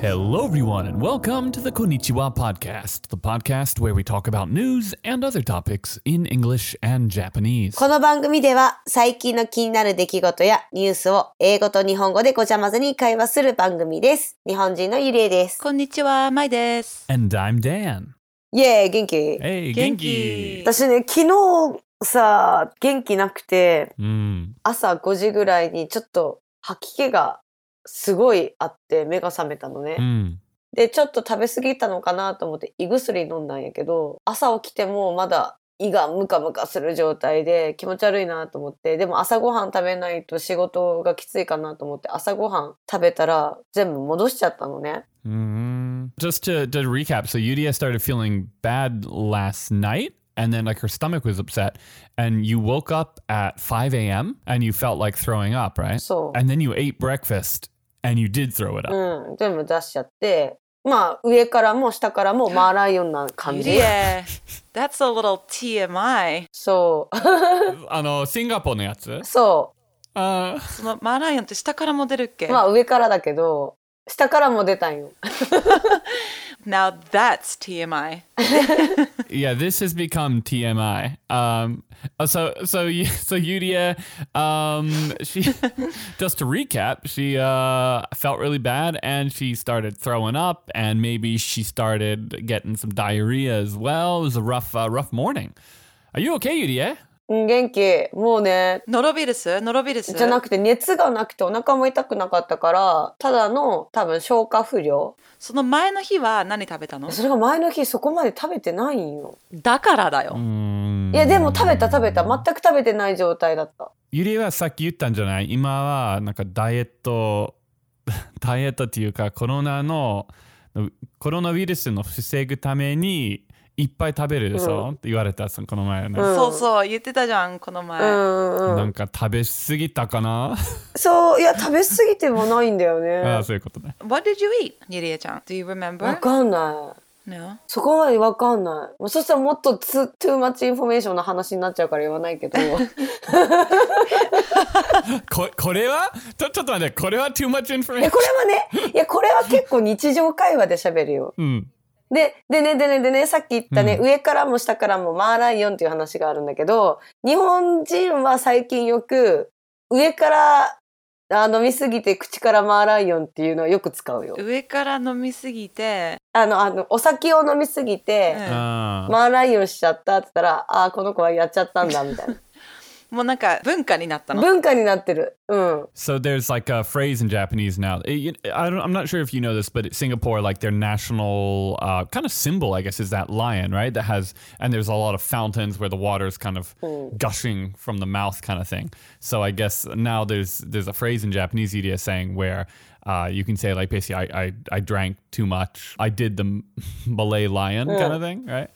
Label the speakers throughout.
Speaker 1: Hello, everyone, and welcome to the Konnichiwa Podcast, the podcast where we talk about news and other topics in English and Japanese.
Speaker 2: この番組では最近の気になる出来事やニュースを英語と日本語でごちゃ混ぜに会話する番組です。日本人のゆりえです。
Speaker 3: こんにちは、まいです。
Speaker 1: And I'm Dan.
Speaker 2: イエーイ元気
Speaker 1: Hey, Genki!
Speaker 3: 元気
Speaker 2: 私ね、昨日さ、元気なくて、
Speaker 1: うん、
Speaker 2: 朝5時ぐらいにちょっと吐き気がすごいあって目が覚めたのね。
Speaker 1: うん、
Speaker 2: で、ちょっと食べ過ぎたのかなと思って胃薬飲んだんやけど、朝起きてもまだ胃がムカムカする状態で気持ち悪いなと思って、でも朝ごはん食べないと仕事がきついかなと思って朝ごはん食べたら全部戻しちゃったのね。
Speaker 1: Mhm. Just to, to recap, so Yudia started feeling bad last night, and then like her stomach was upset, and you woke up at 5 a.m. and you felt like throwing up, right?
Speaker 2: そ
Speaker 1: And then you ate breakfast and you did throw it
Speaker 2: う。
Speaker 1: up.
Speaker 2: うん。全部出しちゃって、まあ上からも下からも回らんような感
Speaker 3: ゆ
Speaker 2: じ
Speaker 3: り。え、that's a little TMI。
Speaker 2: そう。
Speaker 1: あの、シンガポーのやつ
Speaker 2: そ
Speaker 1: あー
Speaker 3: そのマーライオンって下からも出るっけ、
Speaker 2: う。まあ上からだけど、下からも出たんよ。
Speaker 3: ?Now that's TMI。
Speaker 1: yeah, this has become TMI. Um, uh, so so y- so Yudia, um, she just to recap, she uh felt really bad and she started throwing up and maybe she started getting some diarrhea as well. It was a rough uh, rough morning. Are you okay, Yudia?
Speaker 2: うん、元気。もうね、
Speaker 3: ノロビルスノロビルス
Speaker 2: じゃなくて熱がなくてお腹も痛くなかったからただの多分消化不良
Speaker 3: その前の日は何食べたの
Speaker 2: それが前の日そこまで食べてないんよ
Speaker 3: だからだよ。
Speaker 2: いやでも食べた食べた全く食べてない状態だった
Speaker 1: ゆりはさっき言ったんじゃない今はなんかダイエット ダイエットっていうかコロナのコロナウイルスの防ぐためにいっぱい食べるでしょ、
Speaker 2: う
Speaker 1: って言われたそのこの前ね、
Speaker 2: うん
Speaker 3: そうそう、言ってたじゃん、この前。
Speaker 2: うんうんう
Speaker 1: なんんか食べ過ぎたかな、
Speaker 2: そういや食べ過ぎてもないんだよ
Speaker 1: ああ
Speaker 2: ね
Speaker 1: そういうことね
Speaker 3: What did you eat? ゆりえちゃん。Do you
Speaker 2: わ
Speaker 3: remember?
Speaker 2: かんない
Speaker 3: No?
Speaker 2: そこまでわかんないもうそしたらもっとつ too much information の話になっちゃうから言わな いけど
Speaker 1: ここれはちょちょっと待ってこれは too much
Speaker 2: え
Speaker 1: information
Speaker 2: これはねいやこれは結構日常会話で喋るよ
Speaker 1: うん
Speaker 2: で、でね、でね、でね、さっき言ったね、上からも下からもマーライオンっていう話があるんだけど、日本人は最近よく、上からあ飲みすぎて口からマーライオンっていうのをよく使うよ。
Speaker 3: 上から飲みすぎて、
Speaker 2: あの、あの、お酒を飲みすぎて、
Speaker 1: ああ
Speaker 2: マーライオンしちゃったって言ったら、ああ、この子はやっちゃったんだ、みたいな。
Speaker 3: もうなんか文化になったの。
Speaker 2: 文化になってる。うん。
Speaker 1: So there's like a phrase in Japanese now. It- you- I don't, I'm not sure if you know this, but Singapore, like their national uh, kind of symbol, I guess, is that lion, right? That has, and there's a lot of fountains where the water is kind of gushing from the mouth, kind of thing. So I guess now there's there's a phrase in Japanese media saying where uh, you can say like basically, I, I I drank too much, I did the Malay lion kind of thing, right?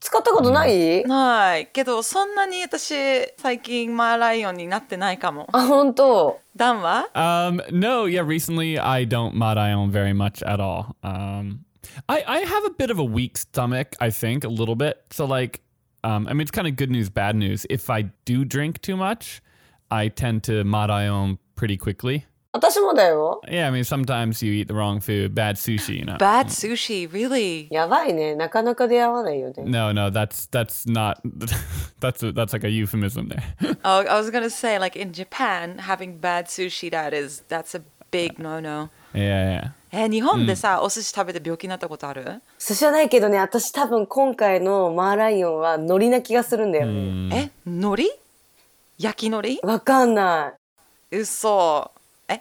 Speaker 2: 使ったことない、
Speaker 3: ないけどそんなに私最近マーライオンになってないかも。
Speaker 2: あ、本当
Speaker 3: ダンは
Speaker 1: Um, no, yeah, recently I don't madayon very much at all. Um, I, I have a bit of a weak stomach, I think, a little bit. So, like, um, I mean, it's kind of good news, bad news. If I do drink too much, I tend to madayon pretty quickly.
Speaker 2: 私もだよ。
Speaker 1: Yeah, I mean, sometimes you eat the wrong food, bad sushi, you know.
Speaker 3: Bad sushi, really?
Speaker 2: やばいね。なかなか出会わないよね。
Speaker 1: no, no, that's that's not that's a, that's like a euphemism there.
Speaker 3: Oh, I was gonna say, like in Japan, having bad sushi, that is, that's a big no-no. Eh,
Speaker 1: yeah, yeah.
Speaker 3: え、日本でさ、お寿司食べて病気になったことある、
Speaker 2: 寿司はないけどね、私多分今回のマーライオンはノリな気がするんだよね。
Speaker 3: え、海苔焼き海苔
Speaker 2: わ、かんな
Speaker 3: 嘘。え、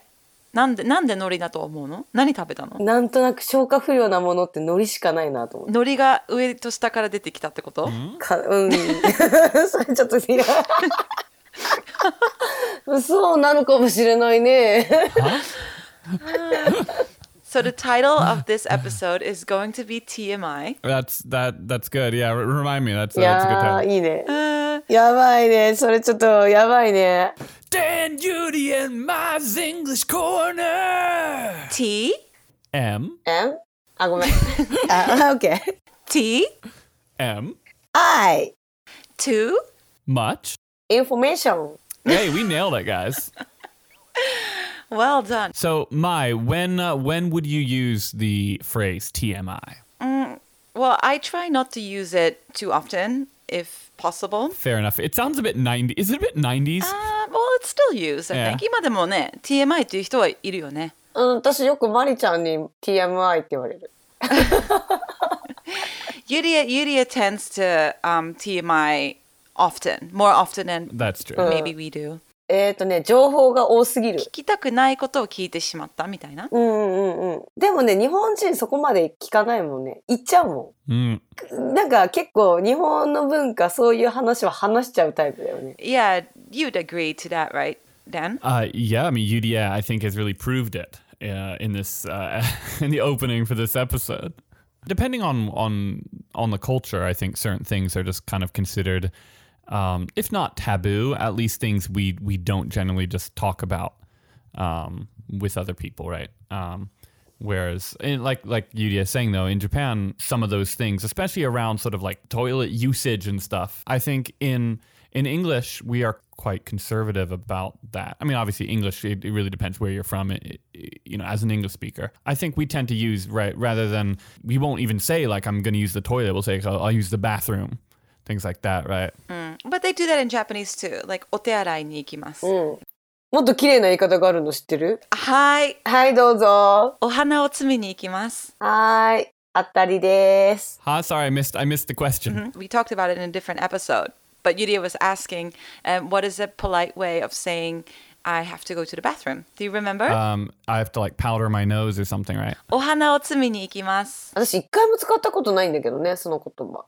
Speaker 3: なんで、なんで海苔だと思うの何食べたの
Speaker 2: い。なんとなく消化不良なものってノリしかないなと思って。
Speaker 3: 海苔が上と下から出てきたってこと、
Speaker 2: かうん。 それちょっと違 う。そうなのかもしれないね。
Speaker 3: So the title of this episode is going to be TMI.
Speaker 1: That's that that's good. Yeah, re- remind me. That's,
Speaker 2: い
Speaker 1: that's a good title.
Speaker 2: やー、いいね。
Speaker 3: Uh,
Speaker 2: やばいね。それちょっとやばいね。
Speaker 1: Dan Judy and Ma's English Corner.
Speaker 3: T?
Speaker 1: M
Speaker 2: えんあ、 ごめん。あ、オッケー。
Speaker 3: T?
Speaker 1: M
Speaker 2: I
Speaker 3: Two?
Speaker 1: much.
Speaker 2: information
Speaker 1: Hey, we nailed it, guys.
Speaker 3: Well done.
Speaker 1: So, Mai, when uh, when would you use the phrase TMI?
Speaker 3: Well, I try not to use it too often, if possible.
Speaker 1: Fair enough. It sounds a bit 90s. Is it a bit 90s?
Speaker 3: Uh, well, it's still used, I
Speaker 1: Yeah.
Speaker 3: think. 今でもね、TMI っていう人はいるよね。
Speaker 2: うん、私よくマリちゃんに TMI って言われる。
Speaker 3: Yuria, Yuria tends to um, TMI often, more often than
Speaker 1: That's true.
Speaker 3: maybe we do.
Speaker 2: えっ、ー、とね、情報が多すぎる。
Speaker 3: 聞きたくないことを聞いてしまったみたいな。
Speaker 2: うんうんうんうん。でもね、日本人そこまで聞かないもんね。言っちゃうも
Speaker 1: Mm.
Speaker 2: ん。なんか結構日本の文化そういう話は話しちゃうタイプだよね。
Speaker 3: Yeah, you'd agree to that, right, Dan?
Speaker 1: Uh, yeah, I mean, UDA, I think, has really proved it uh, in this uh, in the opening for this episode. Depending on on on the culture, I think certain things are just kind of considered, um, if not taboo, at least things we we don't generally just talk about um, with other people, right? Um, whereas, in, like like Yudi is saying though, in Japan, some of those things, especially around sort of like toilet usage and stuff, I think in in English we are quite conservative about that. I mean, obviously English it, it really depends where you're from. It, it- you know, as an English speaker, I think we tend to use right rather than we won't even say like I'm going to use the toilet. We'll say I'll, I'll use the bathroom, things like that, right?
Speaker 3: Mm. But they do that in Japanese too. Like, お手洗いに行きます。
Speaker 2: うん。もっと綺麗な言い方があるの知ってる
Speaker 3: はい、
Speaker 2: はい、どうぞ。
Speaker 3: お花を摘みに行きます。
Speaker 2: はーい。あったりです。
Speaker 1: Huh? Sorry, I missed I missed the question.
Speaker 3: We talked about it in a different episode, but Yuria was asking, um, what is a polite way of saying, I have to go to the bathroom? Do you remember?
Speaker 1: Um, I have to like powder my nose or something, right?
Speaker 3: お花を摘みに行きます。
Speaker 2: 私一回も使ったことないんだけどね、その言葉。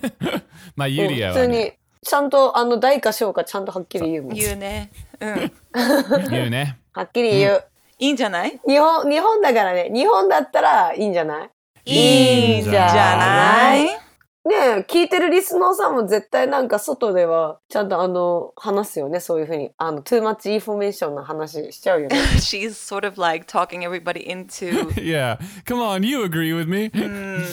Speaker 1: My
Speaker 2: うん
Speaker 1: Yuri.
Speaker 2: 普通に、ちゃんとあの、大か小かちゃんとはっきり言うもん。
Speaker 3: 言うね。うん。
Speaker 1: You, ne?
Speaker 2: はっきり言う。
Speaker 3: いいんじゃない
Speaker 2: 日本、日本だからね。日本だったらいいんじゃ ない
Speaker 1: いいんじゃ
Speaker 3: じゃな
Speaker 2: ね
Speaker 3: い
Speaker 2: え、聞いてるリスナーさんも絶対なんか外ではちゃんとあの、話すよね。そういうふうに。あの、too much information の話しちゃうよね。
Speaker 3: She's sort of like talking everybody into
Speaker 1: Yeah. Come on, you agree with me.
Speaker 3: う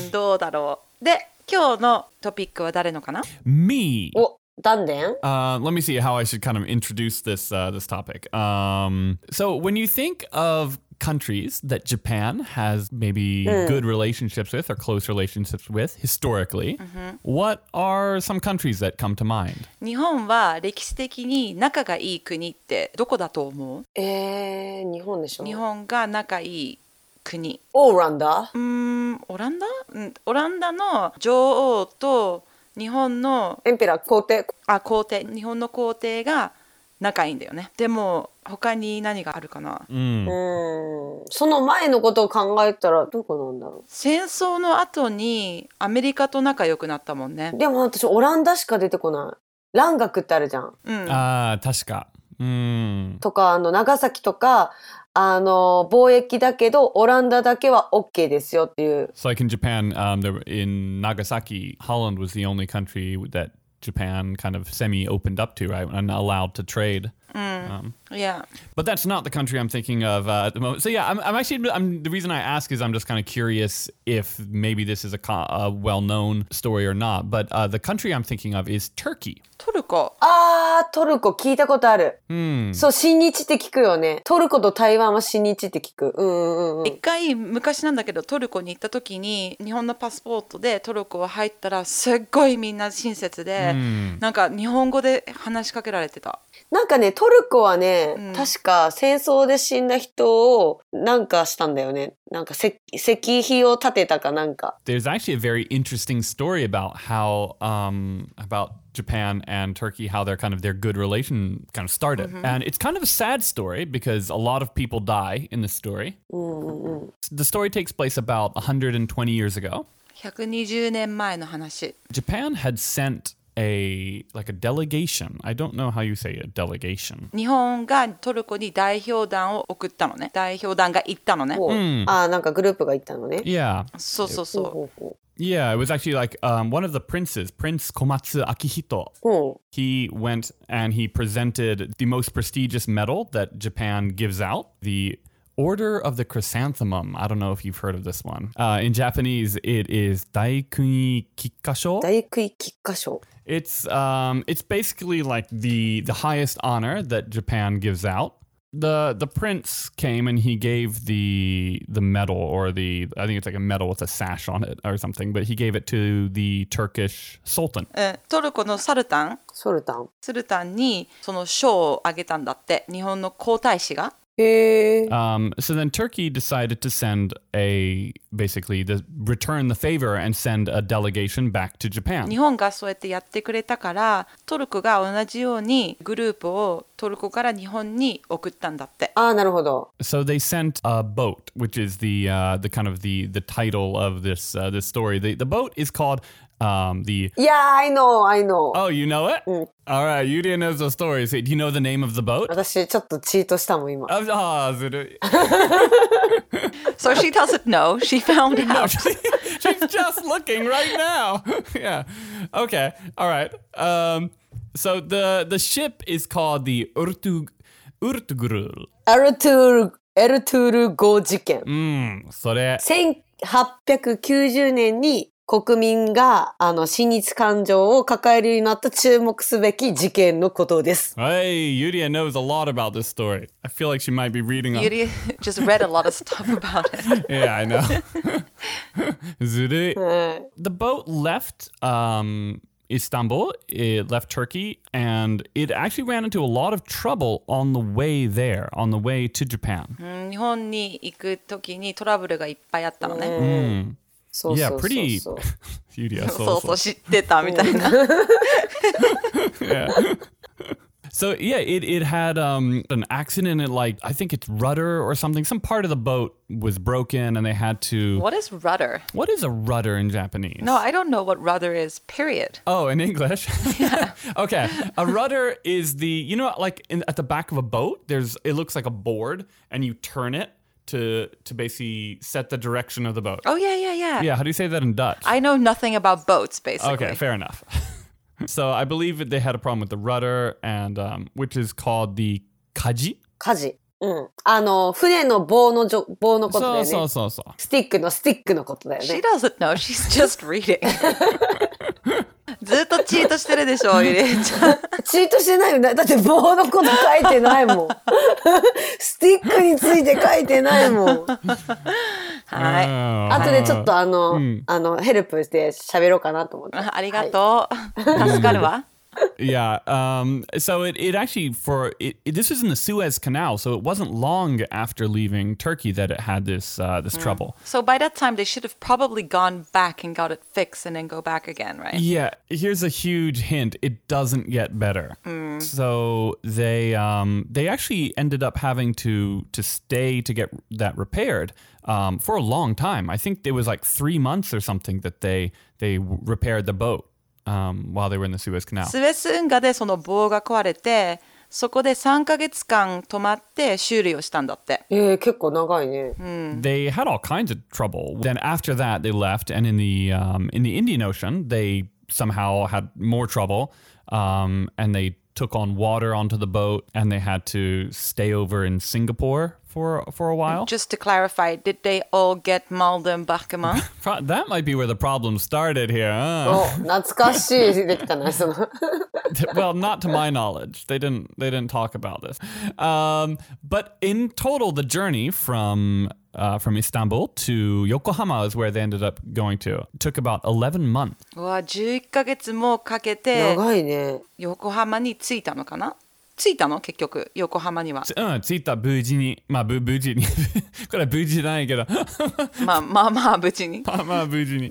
Speaker 3: んどうだろう。で、今日のトピックは誰のかな
Speaker 1: me.
Speaker 2: お、丹田
Speaker 1: Uh, let me see how I should kind of introduce this uh, this topic. Um, so when you think of countries that Japan has maybe good relationships with or close relationships with historically, what are some countries that come to mind?
Speaker 3: 日本は歴史的に仲がいい国ってどこだと思う
Speaker 2: えー、日本でしょ
Speaker 3: 日。本が仲いい国。
Speaker 2: オーランダ
Speaker 3: うーん、オランダうんオランダの女王と日本の
Speaker 2: エンペラー皇帝。
Speaker 3: あ皇帝日本の皇帝が仲いいんだよねでも他に何があるかな
Speaker 1: Mm.
Speaker 2: うーん。その前のことを考えたらどこなんだろ
Speaker 3: 戦争の後にアメリカと仲良くなったもんね
Speaker 2: う。でも私、オランダしか出てこない。蘭学ってあるじゃん。
Speaker 3: うん
Speaker 1: Ah, Tashka. Mm.
Speaker 2: とか、あの、長崎とか、あの、貿易だけど、オランダだけは OK ですよっていう。
Speaker 1: So, like in Japan, um, there, were- in Nagasaki, Holland was the only country that Japan kind of semi opened up to, right, and allowed to trade. Um,
Speaker 3: Yeah
Speaker 1: But that's not the country I'm thinking of uh, at the moment. So yeah, I'm, I'm actually I'm, the reason I ask is I'm just kind of curious if maybe this is a, co- a well-known story or not. But uh, the country I'm thinking of is Turkey.
Speaker 3: トルコ
Speaker 2: あー、トルコ聞いたことある。
Speaker 1: Hmm.
Speaker 2: そう、新日って聞くよね。トルコと台湾は新日って聞く。うんうんうんう
Speaker 3: 一
Speaker 2: ん。
Speaker 3: 回昔なんだけどトルコに行った時に日本のパスポートでトルコ入ったらすっごいみんな親切で、
Speaker 1: Hmm.
Speaker 3: なんか日本語で話しかけられてた
Speaker 2: なんかね、トルコはね、
Speaker 3: うん
Speaker 2: 確か戦争で死んだ人をなんかしたんだよね。なんか石石碑を建てたかなんか。
Speaker 1: There's actually a very interesting story about how um, about Japan and Turkey, how their kind of their good relation kind of started, and it's kind of a sad story because a lot of people die in this story.
Speaker 2: うんうんうん。
Speaker 1: The story takes place about 120 years ago.
Speaker 3: 120年前の話
Speaker 1: Japan had sent a like a delegation. I don't know how you say a delegation.
Speaker 3: 日本がトルコに代表団を送ったのね代表団が行ったのね
Speaker 2: こうあー、なんかグループが行ったのね。
Speaker 1: Yeah,
Speaker 3: そうそう
Speaker 2: ほう
Speaker 3: そ
Speaker 2: ほうほ
Speaker 1: yeah. It was actually like um, one of the princes, Prince Komatsu Akihito.
Speaker 2: う。うん。
Speaker 1: He went and he presented the most prestigious medal that Japan gives out, the Order of the Chrysanthemum. I don't know if you've heard of this one. Uh, in Japanese, it is Daikuni Kikkasho.
Speaker 2: 大食い喫箇所。
Speaker 1: It's um, it's basically like the the highest honor that Japan gives out. the the prince came and he gave the the medal or the I think it's like a medal with a sash on it or something, but he gave it to the Turkish sultan.
Speaker 3: えートルコのサルタン
Speaker 2: ソルタン。
Speaker 3: スルタンにその賞をあげたんだって日本の皇太子が
Speaker 2: へえ。
Speaker 1: Um, so then Turkey decided to send a basically the return the favor and send a delegation back to
Speaker 3: 日
Speaker 1: Japan.
Speaker 3: 本がそうやってやってくれたからトルコが同じようにグループをトルコから日本に送ったんだって
Speaker 2: ああ、なるほど。
Speaker 1: So they sent a boat, which is the uh, the kind of the the title of this uh, this story. The the boat is called um, the
Speaker 2: いやー、I know, I know.
Speaker 1: Oh, you know it? All right, you didn't know the story. So do you know the name of the boat?
Speaker 2: 私、ちょっとチートしたもん、今。
Speaker 1: Ah, Zuru-
Speaker 3: So she doesn't know she found out
Speaker 1: She's just looking right now. yeah. Okay. All right. Um, so the the ship is called the Urtug Urtugrul.
Speaker 2: アルトゥール、エルトゥール号事件。
Speaker 1: Mm, それ
Speaker 2: 1890年に国民が、あの、親日感情を抱えるようになった注目すべき事件のことです。
Speaker 1: Hey, Yuria knows a lot about this story. I feel like she might be reading on.
Speaker 3: You re- just read a lot of stuff about it
Speaker 1: Yeah, I know. Zuru.
Speaker 2: うん。
Speaker 1: the boat left um, Istanbul, it left Turkey, and it actually ran into a lot of trouble on the way there, on the way to Japan.
Speaker 3: うん日本に行く時にトラブルがいっぱいあったのね
Speaker 1: Mm.
Speaker 2: そうそうそうそう。
Speaker 1: Yeah, pretty-
Speaker 3: そうそう知ってたみたいな
Speaker 1: yeah. So yeah, it, it had um, an accident. It like I think it's rudder or something. Some part of the boat was broken, and they had to.
Speaker 3: What is rudder?
Speaker 1: What is a rudder in Japanese?
Speaker 3: No, I don't know what rudder is, period.
Speaker 1: Oh, in English. okay. A rudder is the you know like in, at the back of a boat. There's it looks like a board, and you turn it to to basically set the direction of the boat.
Speaker 3: Oh, yeah, yeah, yeah.
Speaker 1: Yeah. How do you say that in Dutch?
Speaker 3: I know nothing about boats, basically.
Speaker 1: Okay, fair enough. so I believe that they had a problem with the rudder, and um, which is called the kaji.
Speaker 2: 火事。うん。あの、船の棒のじょ、棒のことだよね。
Speaker 1: So so so so.
Speaker 2: スティックのスティックのことだよ
Speaker 3: She
Speaker 2: ね。
Speaker 3: doesn't know. She's just reading. ずっとチートしてるでしょ、ゆりえち ゃん。
Speaker 2: チートしてないよね。だって棒のこと書いてないもん。 スティックについて書いてないもん。
Speaker 3: はい。
Speaker 2: あとでちょっとあの、
Speaker 1: ん
Speaker 2: あの、ヘルプして喋ろうかなと思って。
Speaker 3: ありがとう。助かるわ。
Speaker 1: Yeah. Um, so it, it actually for it, it- this was in the Suez Canal, so it wasn't long after leaving Turkey that it had this uh, this trouble.
Speaker 3: So by that time, they should have probably gone back and got it fixed and then go back again, right?
Speaker 1: Yeah. Here's a huge hint: it doesn't get better. So they um, they actually ended up having to to stay to get that repaired um, for a long time. I think it was like three months or something that they they repaired the boat um, while they were in the Suez Canal.
Speaker 3: スウェス運河でその棒が壊れて、そこで3ヶ月間止まって修理をしたんだって。
Speaker 2: えー、結構長いね。
Speaker 1: they had all kinds of trouble. Then after that, they left, and in the um, in the Indian Ocean, they somehow had more trouble, um, and they took on water onto the boat, and they had to stay over in Singapore for for a while.
Speaker 3: Just to clarify, did they all get Malden Barkema?
Speaker 1: Pro- that might be where the problem started here. huh?
Speaker 2: お、懐かしい出てきたな、その。
Speaker 1: well, not to my knowledge. They didn't. They didn't talk about this. Um, but in total, the journey from uh, from Istanbul to Yokohama is where they ended up going to. It took about eleven months.
Speaker 3: うわ、11ヶ月もかけて
Speaker 2: 長いね。
Speaker 3: 横浜に着いたのかな着いたの結局、横浜には。
Speaker 1: うん、着いた無事に。まあ、ぶ無事に。 これは無事じゃないけど。
Speaker 3: まあまあまあ、無事に。
Speaker 1: まあまあ、無事に。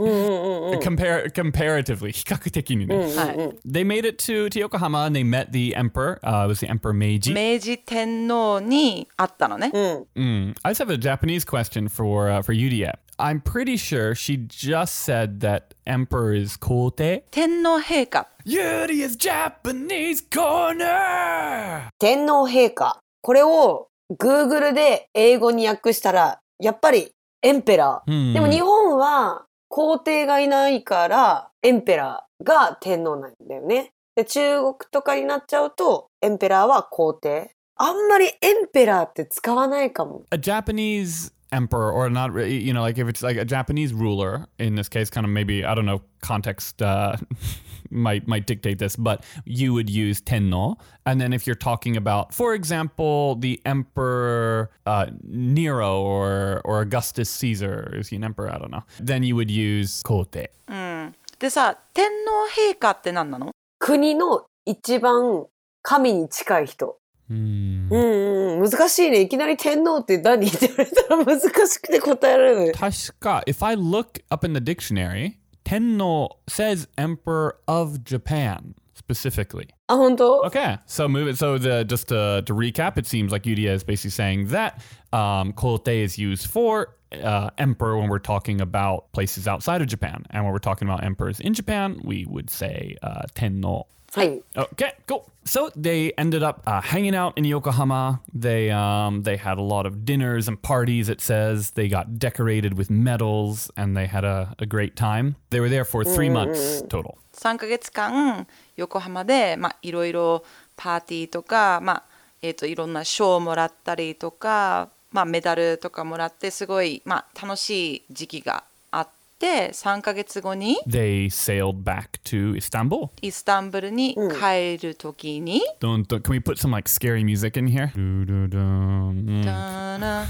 Speaker 1: Compar- comparatively, 比較的にね。
Speaker 3: は
Speaker 1: They made it to, to Yokohama and they met the emperor. Uh, it was the emperor
Speaker 3: い、
Speaker 1: Meiji.
Speaker 3: 明治天皇に会ったのね。
Speaker 1: Mm. I just have a Japanese question for, uh, for Yuria. I'm pretty sure she just said that emperor is Kote.
Speaker 3: 天皇陛下。
Speaker 1: Yuria's Japanese corner!
Speaker 2: 天皇陛下。これを Google で英語に訳したら、やっぱりエンペラー。
Speaker 1: うん
Speaker 2: でも日本は皇帝がいないから、エンペラーが天皇なんだよね。で、中国とかになっちゃうと、エンペラーは皇帝。あんまりエンペラーって使わないかも。
Speaker 1: a Japanese emperor or not really you know like if it's like a japanese ruler in this case kind of maybe i don't know context uh might might dictate this, but you would use tenno, and then if you're talking about, for example, the emperor uh, Nero or or Augustus Caesar, is he an emperor? I don't know. Then you would use kote.
Speaker 3: うん、でさ天皇陛下って何なの
Speaker 2: 国の一番神に近い人。うんうんうん、難しいね。いきなり天皇って何って言われたら難しくて答えられない。
Speaker 1: Tashka, if I look up in the dictionary, tenno says emperor of Japan specifically.
Speaker 2: あ、本当
Speaker 1: Okay, so move it. So the, just to, to recap, it seems like Yudia is basically saying that um, kote is used for uh, emperor when we're talking about places outside of Japan, and when we're talking about emperors in Japan, we would say uh, tenno.
Speaker 2: はい。
Speaker 1: Okay, cool. So they ended up uh, hanging out in Yokohama. They um, they had a lot of dinners and parties. It says they got decorated with medals and they had a, a great time. They were there for three months total.
Speaker 3: 3ヶ月間横浜で、まあ、いろいろパーティーとか、まあえー、といろんな賞をもらったりとか、まあ、メダルとかもらってすごい、まあ、楽しい時期があって3ヶ月後に
Speaker 1: They sailed back to Istanbul.
Speaker 3: イスタンブルに帰る時に、
Speaker 1: Dun, dun. Can we put some like scary music in here? Dun, dun, dun. Mm.
Speaker 3: だーな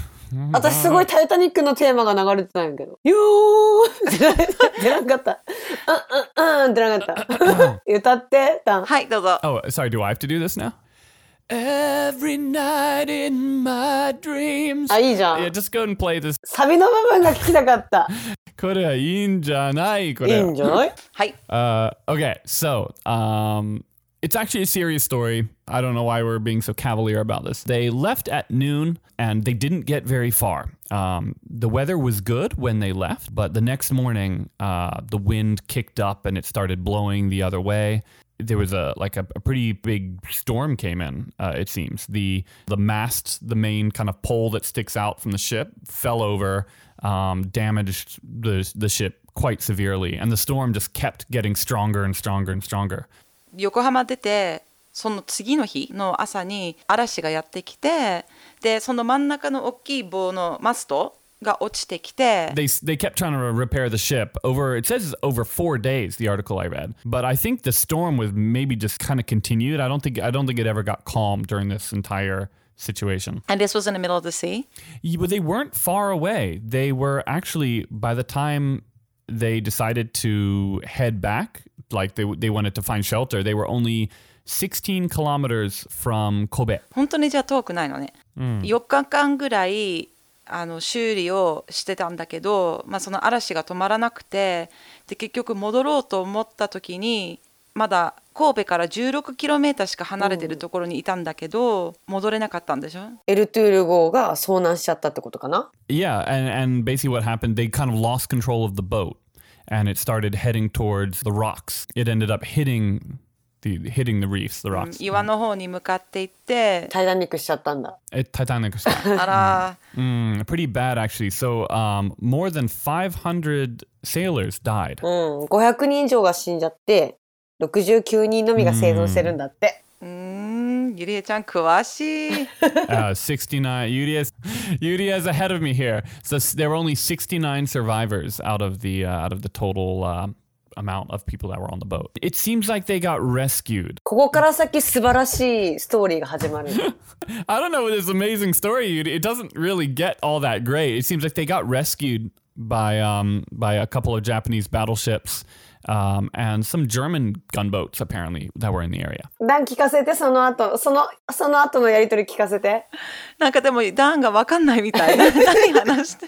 Speaker 2: 私すごいタイタニックのテーマが流れてたんやけ ど。よーって出なかった。うんうんうんってなかった。歌ってたん。
Speaker 3: はいどうぞ
Speaker 1: Oh, sorry. Do I have to do this now? Every night in my dreams.
Speaker 2: あ、いいじゃ
Speaker 1: Yeah,
Speaker 2: ん。
Speaker 1: just go and play this.
Speaker 2: サビの部分が聞きたかった。いいんじゃ
Speaker 1: これはいいんじゃないこれ。
Speaker 2: ない
Speaker 3: はい、
Speaker 1: Uh, okay, so um, it's actually a serious story. I don't know why we're being so cavalier about this. They left at noon and they didn't get very far. Um, the weather was good when they left, but the next morning, uh, the wind kicked up and it started blowing the other way. There was a like a, a pretty big storm came in. Uh, it seems the the mast, the main kind of pole that sticks out from the ship, fell over, um, damaged the the ship quite severely, and the storm just kept getting stronger and stronger and stronger.
Speaker 3: 横浜出てその次の日の朝に嵐がやってきてでその真ん中の大きい棒のマストが落ちてきて
Speaker 1: They they kept trying to repair the ship over. It says over four days. The article I read, but I think the storm was maybe just kind of continued. I don't think I don't think it ever got calm during this entire situation.
Speaker 3: And this was in the middle of the sea.
Speaker 1: Yeah, but they weren't far away. They were actually by the time they decided to head back, like they they wanted to find shelter. They were only 16 kilometers from Kobe.
Speaker 3: 本当にじゃあ遠くないのね。4日間ぐらいあの修理をしてたんだけど、まあ、その嵐が止まらなくてで結局戻ろうと思った時にまだ神戸から16キロメーターしか離れてるところにいたんだけど戻れなかったんでしょ
Speaker 2: エルトゥール号が遭難しちゃったってことかな
Speaker 1: Yeah, and and basically what happened, they kind of lost control of the boat, and it started heading towards the rocks. It ended up hitting the hitting the reefs, the rocks.
Speaker 3: 岩の方に向かっていって
Speaker 2: タイタニックしちゃったんだ。
Speaker 1: It- Titanic.
Speaker 3: あら
Speaker 1: Mm, pretty bad actually. So um, more than 500 sailors died.
Speaker 2: うん。500人以上が死んじゃって、69人のみが生存してるんだって。
Speaker 3: うーんゆりえちゃん詳しい
Speaker 1: uh, 69 UDS UDS ahead of me here. So s- there were only 69 survivors out of the uh, out of the total uh, amount of people that were on the boat. It seems like they got rescued.
Speaker 2: ここから先素晴らしいストーリーが始 まる。
Speaker 1: I don't know this amazing story. Yudi. It doesn't really get all that great. It seems like they got rescued by um, by a couple of Japanese battleships um, and some German gunboats apparently that were in the area.
Speaker 2: 段聞かせて、その後、その、その後のやりとり聞かせて。
Speaker 3: なんかでもダンが分かんないみたい何話して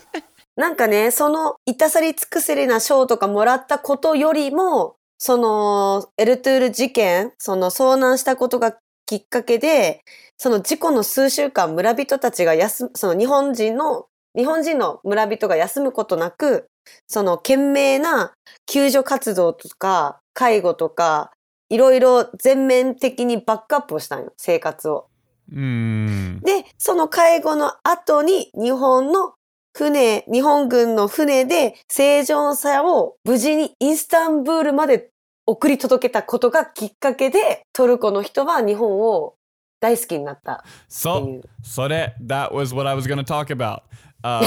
Speaker 2: なんかね、その、いたさり尽くせりな賞とかもらったことよりも、その、エルトゥール事件、その遭難したことがきっかけで、その事故の数週間、村人たちが休む、その日本人の、日本人の村人が休むことなく、その懸命な救助活動とか、介護とか、いろいろ全面的にバックアップをしたんよ、生活を。
Speaker 1: Mm.
Speaker 2: で、その介護の後に日本の船、日本軍の船で正常者を無事にインスタンブールまで送り届けたことがきっかけで、トルコの人は日本を大好きになったってい
Speaker 1: So
Speaker 2: う。
Speaker 1: So that that was what I was going to talk about. Um,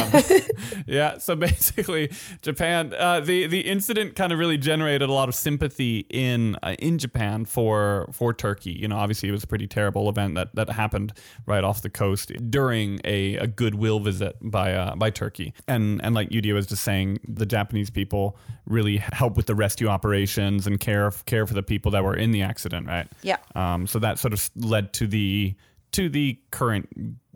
Speaker 1: yeah, so basically, Japan. Uh, the the incident kind of really generated a lot of sympathy in uh, in Japan for for Turkey. You know, obviously it was a pretty terrible event that, that happened right off the coast during a, a goodwill visit by uh, by Turkey. And and like Yudia was just saying, the Japanese people really help with the rescue operations and care care for the people that were in the accident, right?
Speaker 3: Yeah.
Speaker 1: Um, so that sort of led to the to the current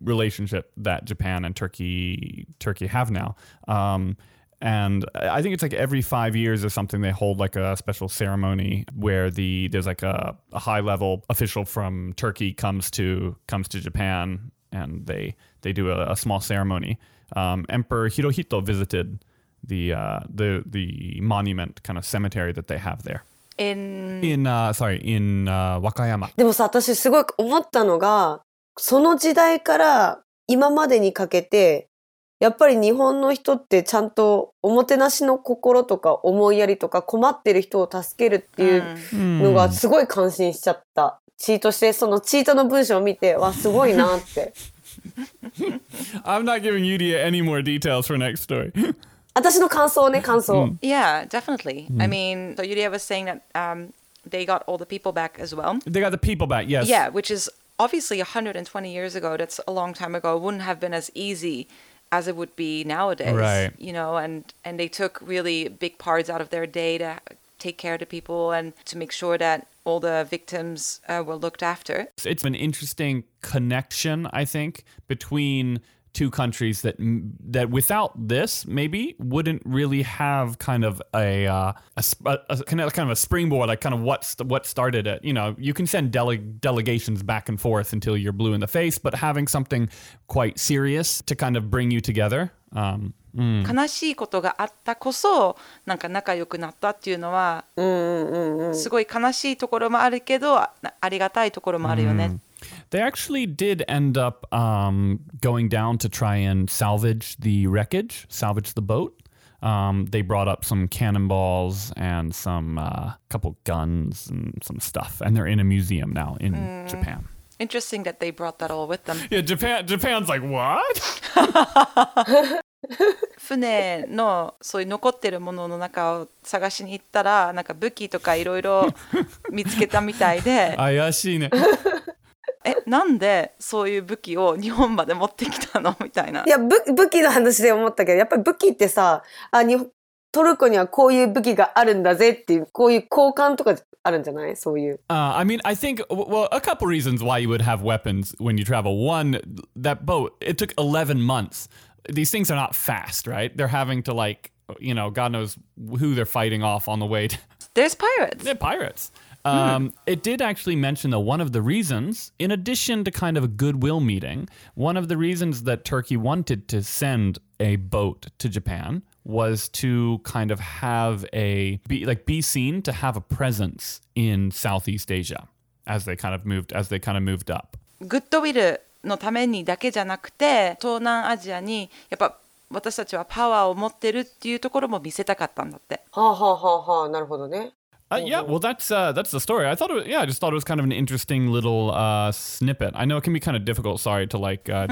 Speaker 1: relationship that Japan and Turkey Turkey have now. Um, and I think it's like every five years or something they hold like a special ceremony where the there's like a, a high level official from Turkey comes to comes to Japan and they they do a, a small ceremony. Um, Emperor Hirohito visited the uh, the the monument kind of cemetery that they have there.
Speaker 3: In
Speaker 1: In uh, sorry in uh, Wakayama.
Speaker 2: でもさ、私すごい思ったのが、その時代から今までにかけて、やっぱり日本の人ってちゃんとおもてなしの心とか思いやりとか困ってる人を助けるっていう
Speaker 3: うん
Speaker 2: のがすごい感心しちゃった。チートして、そのチートの文章を見て、わ、すごいなって。
Speaker 1: I'm not giving Yudia any more details for next story.
Speaker 2: 私の感想ね、感想。。
Speaker 3: Yeah, definitely. I mean, so Yulia was saying that um, they got all the people back as well.
Speaker 1: they got the people back. Yes.
Speaker 3: Yeah, which is obviously 120 years ago. That's a long time ago. Wouldn't have been as easy as it would be nowadays.
Speaker 1: Right.
Speaker 3: You know, and and they took really big parts out of their day to take care of the people and to make sure that all the victims uh, were looked after.
Speaker 1: it's an interesting connection i think between two countries that that without this maybe wouldn't really have kind of a uh, a, sp- a, a kind of kind of a springboard like kind of what's what started it you know you can send dele- delegations back and forth until you're blue in the face but having something quite serious to kind of bring you together um
Speaker 3: 悲しいことがあったこそなんか仲良くなったっていうのはすごい悲しいところもあるけどあありがたいところもあるよね。
Speaker 1: They actually did end up um, going down to try and salvage the wreckage, salvage the boat. Um, they brought up some cannonballs and some uh, couple guns and some stuff, and they're in a museum now in Japan.
Speaker 3: Interesting that they brought that all with them.
Speaker 1: Yeah, Japan. Japan's like what?
Speaker 3: 船のそういう残ってるものの中を探しに行ったらなんか武器とかいろいろ見つけたみたいで
Speaker 1: 怪しいね。
Speaker 3: えなんでそういう武器を日本まで持ってきたのみたいない
Speaker 2: や武武器の話で思ったけどやっぱり武器ってさあにトルコにはこういう武器があるんだぜっていうこういう交換とかあるんじゃないそういう
Speaker 1: Uh, I mean, I think w- well, a couple reasons why you would have weapons when you travel. One, that boat it took eleven months. These things are not fast, right? They're having to like, you know, God knows who they're fighting off on the way. To-
Speaker 3: There's pirates!
Speaker 1: they're pirates. Um, It did actually mention though one of the reasons, in addition to kind of a goodwill meeting, one of the reasons that Turkey wanted to send a boat to Japan was to kind of have a be like be seen to have a presence in Southeast Asia as they kind of moved as they kind of moved up.
Speaker 3: グッドウィルのためにだけじゃなくて東南アジアにやっぱ私たちはパワーを持ってるっていうところも見せたかったんだって。
Speaker 2: はあはあはあはあなるほどね
Speaker 1: Uh, yeah, well, that's uh, that's the story. I thought, it was, yeah, I just thought it was kind of an interesting little uh, snippet. I know it can be kind of difficult, sorry, to like uh,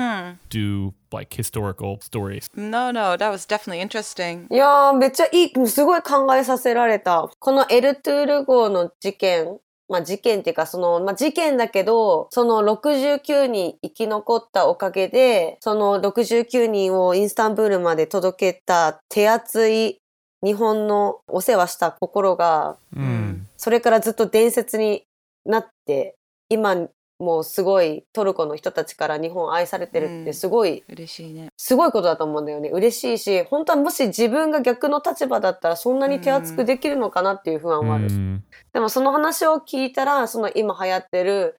Speaker 1: do like historical stories.
Speaker 3: No, no, that was definitely interesting.
Speaker 2: いやーめっちゃいいすごい考えさせられたこのエルトゥール号の事件まあ事件っていうかその、まあ、事件だけどその69人生き残ったおかげでその69人をインスタンブールまで届けた手厚い日本のお世話した心が
Speaker 3: Hmm.
Speaker 1: Mm.
Speaker 2: それからずっと伝説になって、今もうすごいトルコの人たちから日本愛されてるっ
Speaker 3: う
Speaker 2: て
Speaker 3: ん
Speaker 2: すごい、
Speaker 3: 嬉しいね。
Speaker 2: すごいことだと思うんだよね。嬉しいし、本当はもし自分が逆の立場だったらそんなに手厚くできるのかなっていう不安はある。
Speaker 1: Mm.
Speaker 2: でもその話を聞いたら、その今流行ってる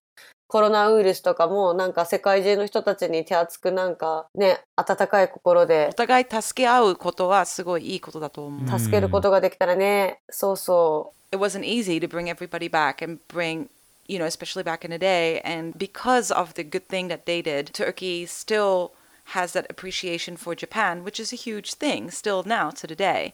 Speaker 2: コロナウイルスとかもなんか世界中の人たちに手厚くなんかね、温かい心で
Speaker 3: お互い助け合うことはすごいいいことだと思う。
Speaker 2: 助けることができたらね、そうそう。
Speaker 3: it wasn't easy to bring everybody back and bring you know especially back in the day and because of the good thing that they did turkey still has that appreciation for japan which is a huge thing still now to the day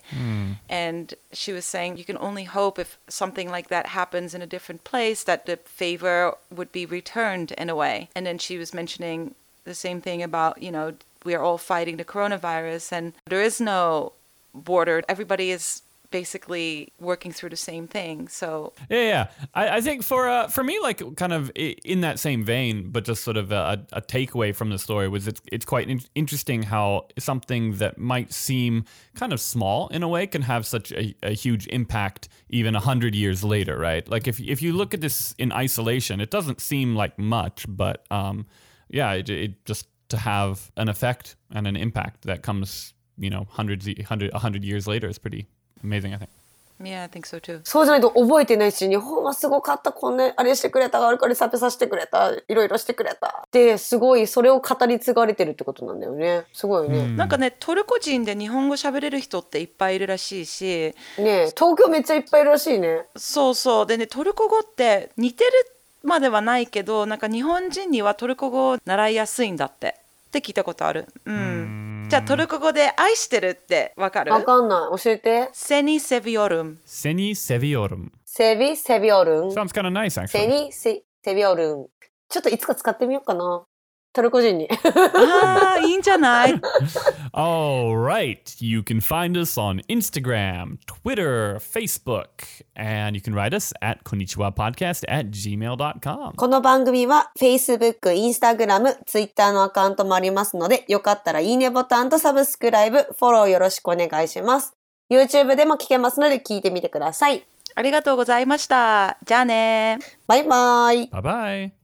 Speaker 3: and she was saying you can only hope if something like that happens in a different place that the favor would be returned in a way and then she was mentioning the same thing about you know we are all fighting the coronavirus, and there is no border. Everybody is basically working through the same thing. So
Speaker 1: Yeah, yeah. I, I think for uh, for me, like kind of i- in that same vein, but just sort of a, a takeaway from the story was it's it's quite in- interesting how something that might seem kind of small in a way can have such a, a huge impact even a hundred years later, right? Like if if you look at this in isolation, it doesn't seem like much, but um, yeah, it, it just to have an effect and an impact that comes, you know, hundreds, hundred, a hundred years later is pretty amazing, I think.
Speaker 3: yeah, I think so too.
Speaker 2: そうじゃないと覚えてないし、日本はすごかった、こんな、あれしてくれた、あれこれサペさせてくれた、いろいろしてくれた。で、すごい、それを語り継がれてるってことなんだよね。すごいね。
Speaker 3: なんかね、トルコ人で日本語喋れる人っていっぱいいるらしいし、
Speaker 2: ねえ東京めっちゃいっぱいいるらしいね。
Speaker 3: そうそう。でね、トルコ語って似てるまではないけど、なんか日本人にはトルコ語を習いやすいんだって。って聞いたことある。うん。じゃあトルコ語で愛してるってわかる
Speaker 2: わかんない。教えて。
Speaker 3: セニセビオルム。
Speaker 1: Seni seviorum.
Speaker 2: セビ、セビオルン。
Speaker 1: Sounds kind of nice, actually.
Speaker 2: セニ、セ、セビオルン。ちょっといつか使ってみようかな。トルコ人に。
Speaker 3: ああ、いいんじゃない
Speaker 1: All right. You can find us on Instagram, Twitter, Facebook, and you can write us at konnichiwa podcast at gmail.com.
Speaker 2: この番組は Facebook、Instagram、Twitter のアカウントもありますので、よかったらいいねボタンとサブスクライブ、フォローよろしくお願いします。YouTube でも聞けますので聞いてみてください。
Speaker 3: ありがとうございました。じゃあね
Speaker 2: バイバイ。
Speaker 1: Bye bye.